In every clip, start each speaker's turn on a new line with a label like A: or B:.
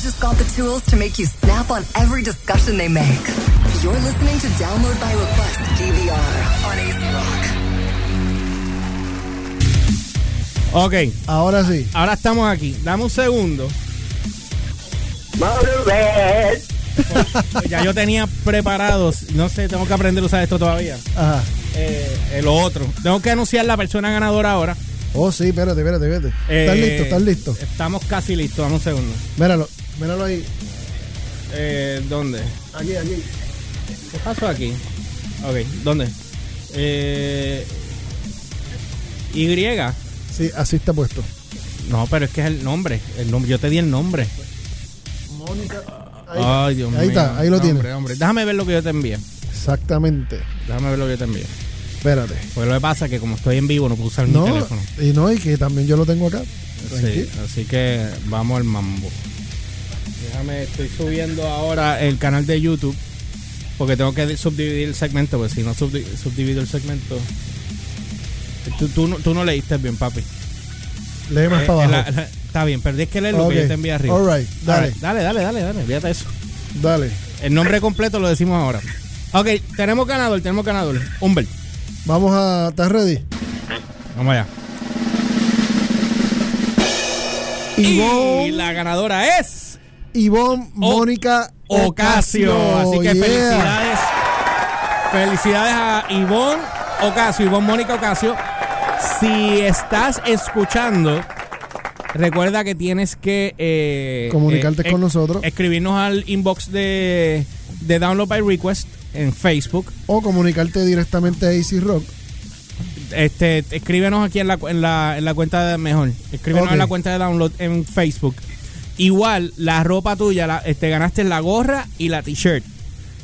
A: just got the tools to make you snap on every discussion they make. You're listening to Download by Request DVR on Ace Rock.
B: Ok,
C: Ahora sí.
B: ahora estamos aquí. Dame un segundo.
D: Motorhead.
B: Ya yo tenía preparados. No sé, tengo que aprender a usar esto todavía.
C: Ajá.
B: Eh, eh, lo otro. Tengo que anunciar la persona ganadora ahora.
C: Oh, sí, espérate, espérate, espérate.
B: Eh,
C: estás listo, estás listo.
B: Estamos casi listos. Dame un segundo.
C: Míralo, míralo ahí.
B: Eh, ¿Dónde?
C: Aquí, aquí.
B: ¿Qué pasó aquí? Ok, ¿dónde? Eh, y.
C: Sí, así está puesto.
B: No, pero es que es el nombre. El nombre. Yo te di el nombre.
C: Mónica.
B: Ay, Dios mío.
C: Ahí está, ahí lo
B: No,
C: tiene.
B: hombre, hombre. Déjame ver lo que yo te envié.
C: Exactamente.
B: Déjame ver lo que yo te envié.
C: Espérate.
B: Pues lo que pasa es que como estoy en vivo no puedo usar
C: No,
B: mi teléfono.
C: y no, y que también yo lo tengo acá.
B: Sí,
C: Tranquilo.
B: así que vamos al mambo. Déjame, estoy subiendo ahora el canal de YouTube porque tengo que subdividir el segmento, porque si no subdi- subdivido el segmento... Tú, tú no, tú no leíste bien, papi.
C: Lee más
B: Eh,
C: para
B: la-
C: abajo.
B: la- está bien, perdí es que leer lo
C: Ok,
B: que yo te envié arriba.
C: all right, dale.
B: Alright, dale, dale, dale, dale, fíjate eso.
C: Dale.
B: El nombre completo lo decimos ahora. Ok, tenemos ganador, tenemos ganador. Humbert,
C: Vamos a. ¿Estás ready?
B: vamos allá. Y
C: Ivonne,
B: la ganadora es...
C: Ivonne
B: O-
C: Mónica
B: Ocasio. Así que
C: yeah.
B: felicidades. Felicidades a Ivonne Ocasio, Ivonne Mónica Ocasio. Si estás escuchando, recuerda que tienes que eh,
C: Comunicarte
B: eh,
C: con
B: eh,
C: nosotros.
B: Escribirnos al inbox de, de Download by Request en Facebook.
C: O comunicarte directamente a AC Rock.
B: Este, escríbenos aquí en la, cu- en la, en la cuenta de mejor. Escríbenos
C: Ok.
B: en la cuenta de download en Facebook. Igual, la ropa tuya, la, este, ganaste la gorra y la t-shirt.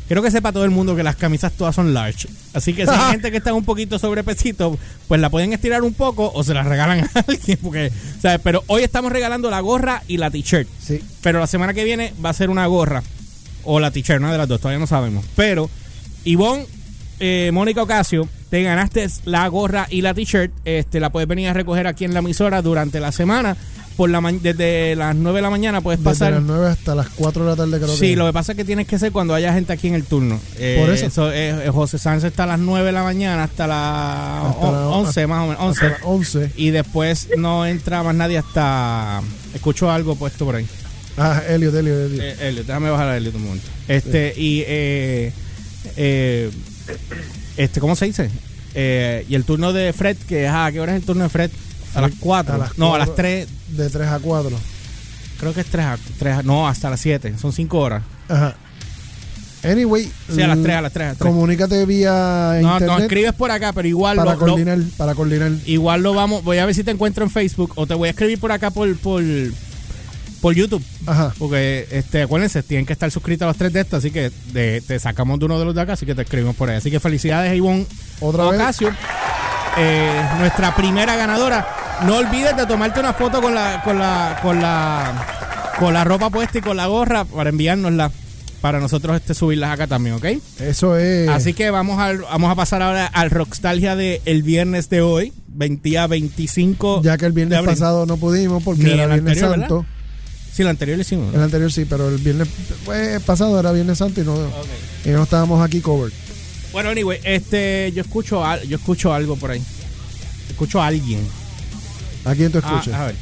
B: Quiero que sepa todo el mundo que las camisas todas son large. Así que si hay gente que está un poquito sobrepesito, pues la pueden estirar un poco o se la regalan a alguien. Porque, ¿sabes? Pero hoy estamos regalando la gorra y la t-shirt.
C: Sí.
B: Pero la semana que viene va a ser una gorra o la t-shirt, una de las dos, todavía no sabemos. Pero, Ivonne, eh, Mónica Ocasio, te ganaste la gorra y la t-shirt. Este, la puedes venir a recoger aquí en la emisora durante la semana. Por la ma- desde las 9 de la mañana puedes
C: Desde
B: pasar.
C: las 9 hasta las 4 de la tarde, creo
B: Sí,
C: que.
B: lo que pasa es que tienes que ser cuando haya gente aquí en el turno. Eh,
C: Por eso.
B: es- eh, José Sánchez está a las 9 de la mañana hasta las
C: Hasta la-
B: 11 más o menos.
C: Hasta
B: 11.
C: las 11.
B: Y después no entra más nadie hasta... Escucho algo puesto por ahí.
C: Ah, Elliot, Elliot, Elliot.
B: Eh, Elliot, déjame bajar a Elliot un momento. Este, y eh, eh, este, ¿cómo se dice? Eh, y el turno de Fred, que es, ah, ¿a qué hora es el turno de Fred? A las 4.
C: A las
B: no, a
C: cuatro.
B: las 3,
C: De 3 a 4.
B: creo que es 3 a, 3 a- no, hasta las 7, son 5 horas.
C: Ajá. Anyway.
B: Sí, a las 3, a las 3, a las 3.
C: Comunícate vía
B: No,
C: internet
B: no, escribes por acá, pero igual
C: para
B: lo- lo-
C: coordinar, para coordinar.
B: igual lo vamos, voy a ver si te encuentro en Facebook o te voy a escribir por acá por por, por YouTube.
C: Ajá.
B: Porque, este, acuérdense, tienen que estar suscritos a los tres de estos, así que de- te sacamos de uno de los de acá, así que te escribimos por ahí. Así que felicidades, Ivonne
C: Otra vez.
B: Ocasio, eh, nuestra primera ganadora. No olvides de tomarte una foto con la, con la, con la, con la ropa puesta y con la gorra para enviárnosla, para nosotros este, subirlas acá también, ¿ok?
C: Eso es.
B: Así que vamos a, vamos a pasar ahora al Rockstalgia de el viernes de hoy, 20 día 25.
C: ya que el
B: de
C: viernes
B: abril.
C: pasado no pudimos porque
B: Ni
C: era
B: el
C: Viernes
B: anterior,
C: Santo.
B: Sí, el anterior lo hicimos. ¿no?
C: El anterior sí, pero el viernes pues, pasado era Viernes Santo y no, y no estábamos aquí covered.
B: Bueno, anyway, este, yo escucho, al- yo escucho algo por ahí. Escucho a alguien.
C: ¿A quién tú
B: Ah,
C: escuchas?
B: a ver.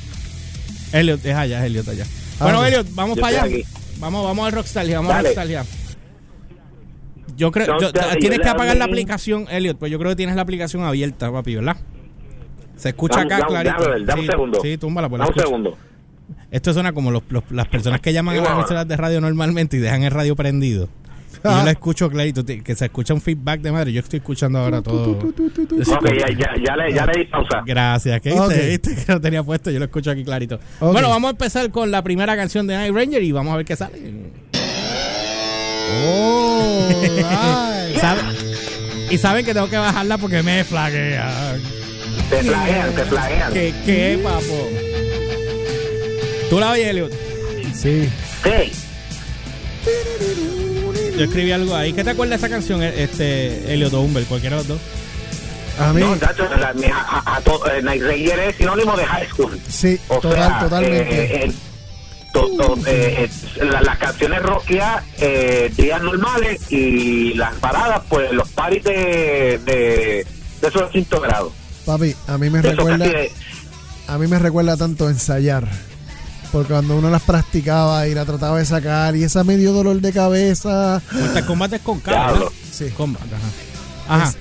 B: Elliot, es allá, es Elliot allá.
C: Ah,
B: bueno,
C: ok.
B: Elliot, vamos
D: Yo
B: para allá.
D: estoy aquí.
B: Vamos, vamos al Rockstar, vamos al
D: Dale.
B: Rockstar ya. Yo creo, yo-
D: Rockstar,
B: tienes que apagar la
D: ¿verdad?
B: aplicación, Elliot, pues yo creo que tienes la aplicación abierta, papi, ¿verdad? Se escucha
D: Dame-
B: acá
D: dame-
B: clarito.
D: dame, dame un
B: sí,
D: segundo.
B: Sí, túmbala, pues la
D: Dame un
B: escucho.
D: segundo.
B: Esto suena como los- los- las personas que llaman a las
D: Igual.
B: emisoras de radio normalmente y dejan el radio prendido. Y yo
C: Ah.
B: la escucho clarito, te- que se escucha un feedback de madre. Yo estoy escuchando ahora todo.
D: Ok, ya, ya, ya, le, ya le di pausa.
B: Gracias, que viste,
C: Ok.
B: viste que lo tenía puesto, yo lo escucho aquí clarito.
C: Ok.
B: Bueno, vamos a empezar con la primera canción de Night Ranger y vamos a ver qué sale.
C: Oh, ay.
B: ¿Sabe? Y saben que tengo que bajarla porque me flaguean.
D: Te flagean, te flagean.
B: ¿Qué, qué, papo? Tú la oyes, Elliot.
C: Sí.
D: Sí.
B: Yo escribí algo ahí. ¿Qué te acuerdas de esa canción, este, Elliot o Humbert? Cualquiera de los dos.
C: A mí,
D: No, Nacho, la- mi- a- a- a to- eh, Night Ranger es sinónimo de high school.
C: sí,
D: O
C: total,
D: sea,
C: totalmente.
D: eh, eh, to- to- eh, eh, la- las canciones rockeadas, eh, días normales y las paradas, pues los paris de, de, de esos 5 grados.
C: Papi, a mí me
D: Eso
C: recuerda,
D: casi de-
C: a mí me recuerda tanto ensayar. Porque cuando uno las practicaba y la trataba de sacar y esa me dio dolor de cabeza.
B: Mortal Kombat es con K,
D: Diablo.
B: ¿verdad?
C: Sí.
B: Kombat, ajá. Ajá.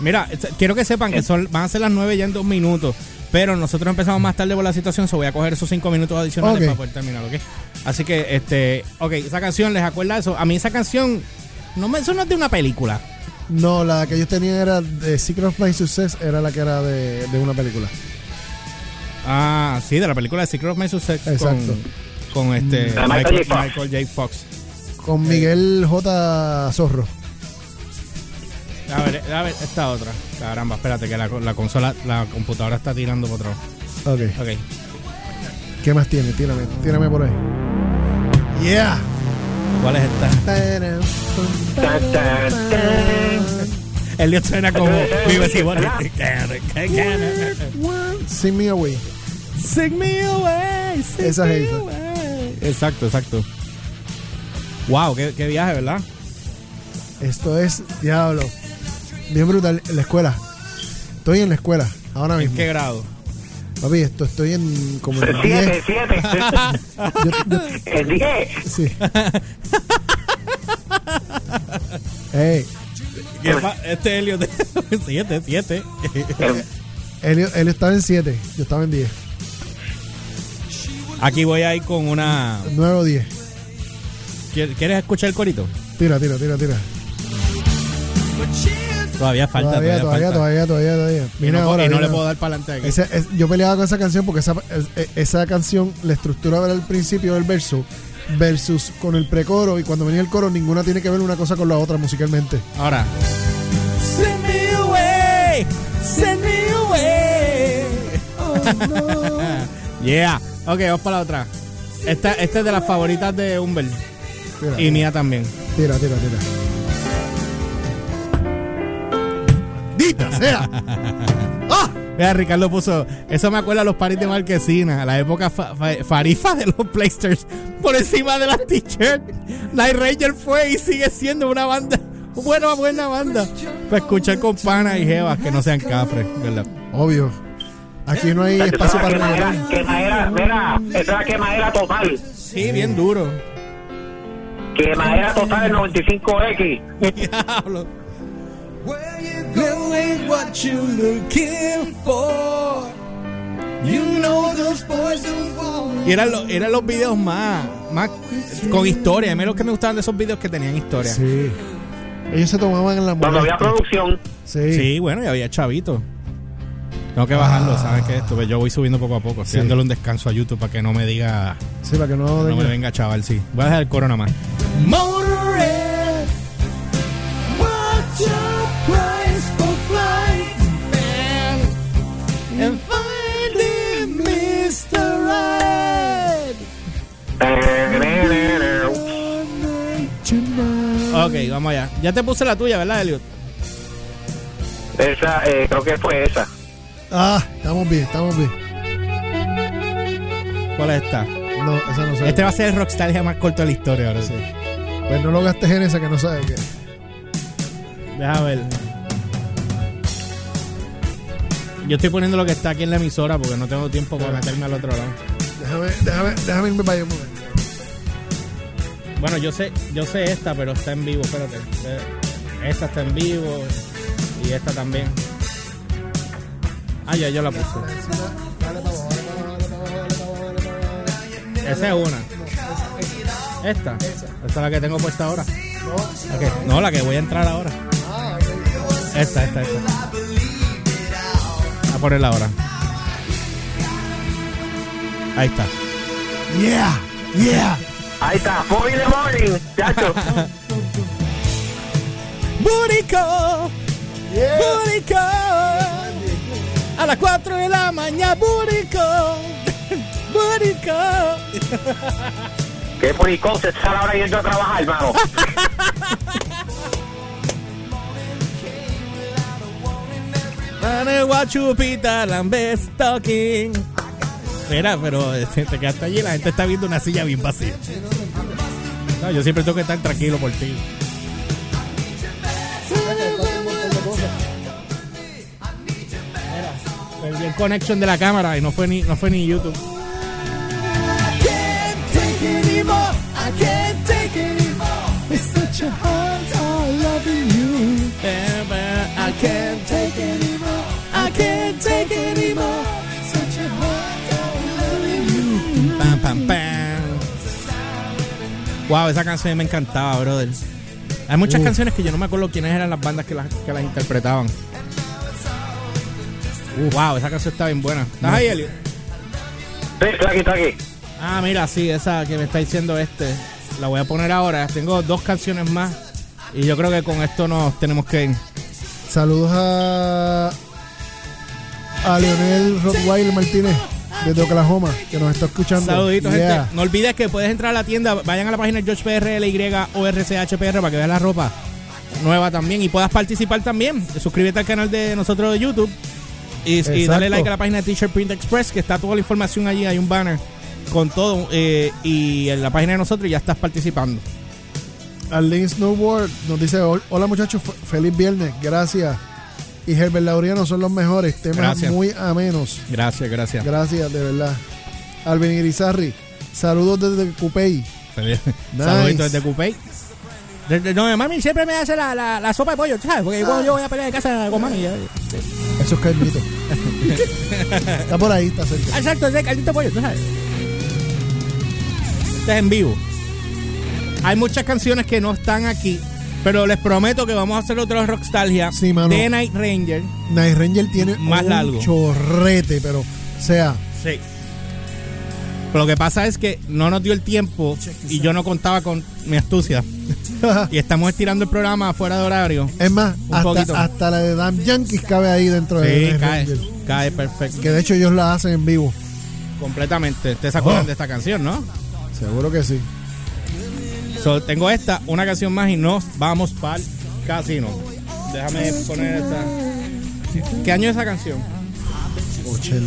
B: Mira, es- quiero que sepan que son, van a ser las 9 ya en dos minutos. Pero nosotros empezamos más tarde por la situación, so voy a coger esos cinco minutos adicionales
C: Ok.
B: para poder terminar, ¿ok? Así que, este, ok, esa canción, ¿les acuerda eso? A mí esa canción, no me, eso no es de una película.
C: No, la que ellos tenían era de Secret of My Success, era la que era de, de una película.
B: Ah, sí, de la película de Secret of My Success con-
C: Exacto.
B: Con, este,
D: Mm, De Michael
B: Michael,
D: J. Fox.
B: Michael J. Fox.
C: Con Miguel J. Zorro.
B: A ver, a ver, esta otra. Caramba, espérate que la, la consola, la computadora está tirando por otro. lado.
C: Ok.
B: Ok.
C: ¿Qué más tiene? Tírame, tírame por ahí. Yeah.
B: ¿Cuál es esta?
D: Tan, tan, tan.
B: El Dios suena como mi vecino.
C: Sing me away.
B: Sing me away, sing
C: Esa es esa.
B: away. Exacto, exacto. Wow, qué, qué viaje, ¿verdad?
C: Esto es diablo. Bien brutal. En la escuela. Estoy en la escuela. Ahora
B: ¿En
C: mismo.
B: qué grado?
C: Papi, esto estoy en como en 10.
D: Siete, siete.
C: Yo- yo-
D: El diez.
C: sí. Ey,
B: ¿Qué pa- Este Helio de 7, 7.
C: Eh,
D: El-
C: Elio, Elio estaba en 7. Yo estaba en 10.
B: Aquí voy a ir con una.
C: 9 o 10.
B: ¿Qui- ¿Quieres escuchar el corito?
C: Tira, tira, tira, tira.
B: Todavía falta,
C: Todavía,
B: todavía,
C: todavía,
B: falta.
C: todavía, todavía, todavía.
B: Y
C: Mira
B: no,
C: ahora.
B: y no
C: mira.
B: le puedo dar para adelante aquí.
C: Esa- es- yo peleaba con esa canción porque esa, es- es- esa canción, la estructura del principio del verso versus con el precoro y cuando venía el coro ninguna tiene que ver una cosa con la otra musicalmente.
B: Ahora. Send me away, send me away. yeah. Ok, vamos para la otra. Esta, esta es de las favoritas de Humbert
C: Tira,
B: y mía también.
C: tira, tira, tira. ¡Dita sea! ¡Ah!
B: Mira, Ricardo puso, eso me acuerda a los paris de Marquesina, la época fa- fa- farifa de los Playsters por encima de las t-shirts. Night Ranger fue y sigue siendo una banda, buena, buena banda. Para escuchar con panas y jevas que no sean cafres, ¿verdad?
C: Obvio. Aquí no hay
D: Esa
C: espacio
D: es
C: para
D: la quemadera,
C: reggaetón.
D: quemadera, mira, esa es la quemadera total.
B: Sí, bien duro.
D: Quemadera total en 95X.
B: Diablo. Y eran los, eran los videos más, más con historia. A mí los que me gustaban de esos videos que tenían historia. Sí,
C: Sí. Ellos se tomaban en la
D: Cuando había
C: molestia.
D: producción,
C: Sí.
B: bueno, y había chavito. Tengo que bajarlo, ¿sabes qué? es Esto, Pero yo voy subiendo poco a poco. Estoy
C: Sí.
B: dándole un descanso a YouTube para que no me diga,
C: Sí, para que
B: no
C: no,
B: me
C: dañe.
B: venga chaval, sí. Voy a dejar el coro nada más.
D: eh,
B: Ok, vamos allá. Ya te puse la tuya, ¿verdad, Elliot?
D: esa, eh, creo que fue esa.
C: Ah, estamos bien, estamos bien.
B: ¿Cuál es esta?
C: No, esa no sé.
B: Este va a ser el rockstar más corto de la historia, ahora sí.
C: Pues no lo gastes en esa que no sabe qué.
B: Deja ver. Yo estoy poniendo lo que está aquí en la emisora porque no tengo tiempo para meterme al otro lado.
C: Déjame, déjame, déjame irme para allá un momento.
B: Bueno, yo sé, yo sé esta, pero está en vivo, espérate. Eh, Esta está en vivo y esta también. Ah, ya yo la puse. Esa es una. Esta. Esta es la que tengo puesta ahora. Ok, No, la que voy a entrar ahora. Esta, esta, esta. A ponerla ahora. Ahí está.
C: Yeah, yeah.
D: Ahí está, Bobby the Morning, chacho.
B: ¡Burico! ¡Burico! A las 4 de la mañana, ¡Burico! ¡Burico!
D: Qué bonito se está ahora yendo a trabajar, hermano.
B: And I watch you Peter Lambes talking. Mira, pero este, te quedaste allí y la gente está viendo una silla bien vacía. No, yo siempre tengo que estar tranquilo por ti. Perdí el connection de la cámara y no fue ni, no fue ni YouTube. Pam, pam, pam. Wow, esa canción me encantaba, brother. Hay muchas canciones que yo no me acuerdo quiénes eran las bandas que las, que las interpretaban. wow, esa canción está bien buena. ¿Estás ahí, Elio?
D: Sí, está aquí, está aquí.
B: Ah, mira, sí, esa que me está diciendo este. La voy a poner ahora. Tengo dos canciones más. Y yo creo que con esto nos tenemos que ir.
C: Saludos a. A Leonel Rottweiler Martínez, desde Oklahoma, que nos está escuchando.
B: Saluditos,
C: Yeah.
B: gente. No olvides que puedes entrar a la tienda. Vayan a la página GeorgePRLYORCHPR para que veas la ropa nueva también. Y puedas participar también. Suscríbete al canal de nosotros de YouTube. Y, y
C: Exacto.
B: dale like a la página de T-Shirt Print Express, que está toda la información allí. Hay un banner con todo. eh, y en la página de nosotros y ya estás participando.
C: Arlene Snowboard nos dice: "Hol- Hola muchachos, fe- feliz viernes, gracias. Y Herbert Laureano son los mejores, temas
B: Gracias.
C: muy amenos.
B: Gracias, gracias.
C: Gracias, de verdad. Alvin Irizarri, saludos desde Cupey.
B: Feliz-
C: Nice.
B: Saluditos desde Coupé. Desde- no, mami siempre me hace la, la, la sopa de pollo, ¿sabes? Porque cuando yo voy a pelear de casa con mami. ya-
C: Eso es Carmito. está por ahí, está cerca.
B: Exacto, es de caldito pollo, tú sabes. Este es en vivo. Hay muchas canciones que no están aquí, pero les prometo que vamos a hacer otro Rockstalgia
C: Sí, mano.
B: de Night Ranger.
C: Night Ranger tiene
B: Más
C: un
B: largo.
C: chorrete, pero, o sea,
B: Sí. Pero lo que pasa es que no nos dio el tiempo y yo no contaba con mi astucia. Y estamos estirando el programa fuera de horario.
C: es más,
B: Un poquito.
C: hasta, hasta la de Dan Yankees cabe ahí dentro de
B: Sí,
C: Night
B: cae,
C: Ranger.
B: cae perfecto.
C: Que de hecho ellos la hacen en vivo.
B: Completamente. Ustedes se
C: Oh.
B: acuerdan de esta canción, ¿no?
C: Seguro que sí.
B: So, tengo esta, una canción más y nos vamos para casino. Déjame poner esta. ¿Qué año es esa canción?
C: 80.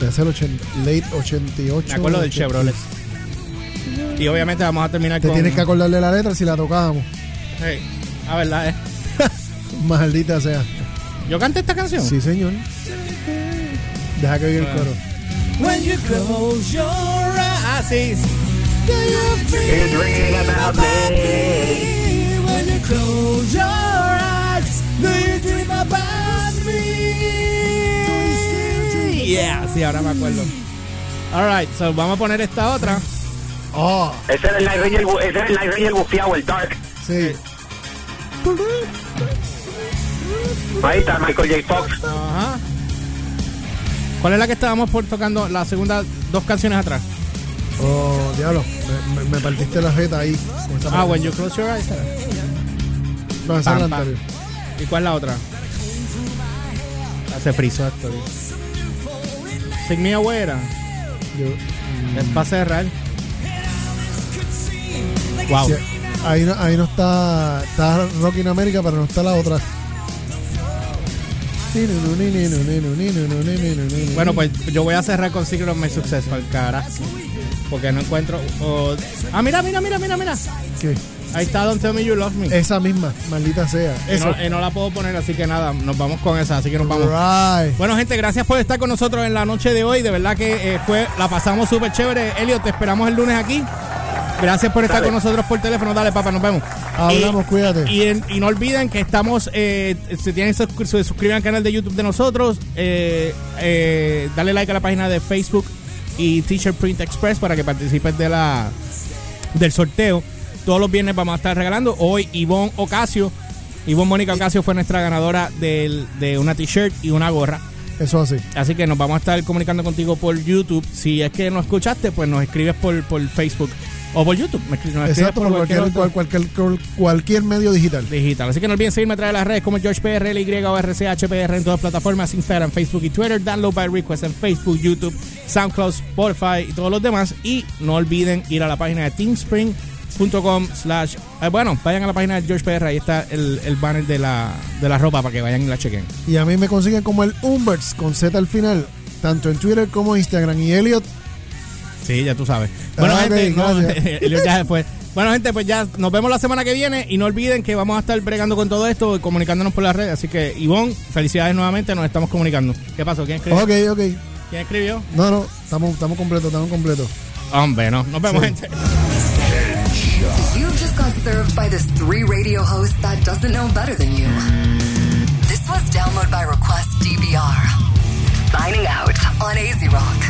C: Debe ser 80, late 88.
B: Me acuerdo del Chevrolet. Y obviamente vamos a terminar
C: Te
B: con.
C: tienes que acordar de la letra si la tocábamos.
B: Sí. Ah, verdad, eh.
C: Maldita sea.
B: Yo canté esta canción.
C: Sí, señor. Deja que oiga el coro.
B: When you close your eyes. Ah, do you
D: It's
B: feel
D: ringing about me.
B: me? When you close your eyes, do you dream about me? Yeah, sí, ahora me acuerdo. Alright, so vamos a poner esta otra.
C: Oh,
D: Ese era el Night Ranger, bu- ese era el Night Ranger bufiado, el Dark.
C: sí.
B: Eh.
D: Ahí está Michael J. Fox.
B: Ajá. ¿Cuál es la que estábamos por tocando la segunda dos canciones atrás?
C: Oh, diablo. Me, me- me partiste la jeta ahí. Con esa
B: Ah,
C: parte.
B: When You Close Your Eyes. era.
C: No, esa es la
B: Pam, pam.
C: anterior.
B: ¿Y cuál es la otra? Hace friso esto. tío. Sin mi abuela.
C: Yo-
B: Es para cerrar. Wow.
C: sí, ahí, no, ahí no está. Está Rock in America, pero no está la otra.
B: Bueno, pues yo voy a cerrar con Secret of My Success al carajo. Porque no encuentro. oh, Ah, mira, mira, mira, mira, mira.
C: ¿Qué?
B: Ahí está Don't Tell Me You Love Me.
C: Esa misma, maldita sea.
B: Y
C: Eso.
B: no, y no la puedo poner, así que nada, nos vamos con esa, así que nos vamos.
C: Right.
B: Bueno, gente, gracias por estar con nosotros en la noche de hoy. De verdad que eh, fue, la pasamos súper chévere. Elio, te esperamos el lunes aquí. Gracias por estar
D: Dale.
B: con nosotros por teléfono. Dale, papá, nos vemos.
C: Hablamos,
B: Y-
C: cuídate.
B: Eh, Y, en- y no olviden que estamos, eh, se tienen que suscri- se suscriban al canal de YouTube de nosotros. eh, eh, dale like a la página de Facebook y T-Shirt Print Express para que participes de la, del sorteo. Todos los viernes vamos a estar regalando. Hoy Ivonne Ocasio. Ivonne Mónica Ocasio fue nuestra ganadora del- de una t-shirt y una gorra.
C: Eso así.
B: Así que nos vamos a estar comunicando contigo por YouTube. Si es que no escuchaste, pues nos escribes por, por Facebook o por YouTube. Me escri- nos escribes
C: Exacto, por cualquier,
B: otro
C: cual- cualquier, cual- cualquier medio digital.
B: digital. Así que no olviden seguirme a través de las redes como GeorgePR, LY o RCHPR en todas las plataformas, Instagram, Facebook y Twitter. Download by request en Facebook, YouTube, SoundCloud, Spotify y todos los demás. Y no olviden ir a la página de teamspring.com slash... eh, bueno, vayan a la página de GeorgePR, ahí está el, el banner de la, de la ropa para que vayan y la chequen.
C: Y a mí me consiguen como el Umberts con Z al final. tanto en Twitter como Instagram. Y Elliot,
B: Sí, ya tú sabes. Bueno,
C: Ah, ok,
B: gente, no,
C: gracias.
B: Elliot ya se fue. Bueno, gente, pues ya nos vemos la semana que viene y no olviden que vamos a estar bregando con todo esto y comunicándonos por las redes. Así que, Ivonne, felicidades nuevamente, nos estamos comunicando. ¿Qué pasó? ¿Quién escribió?
C: ok, ok.
B: ¿Quién escribió?
C: No, no, estamos, estamos completos, estamos completos.
B: Hombre, no. Nos vemos, gente.
A: You've just got served by this three radio host that doesn't know better than you. This was Download by Request DBR. Signing out on AZ Rock.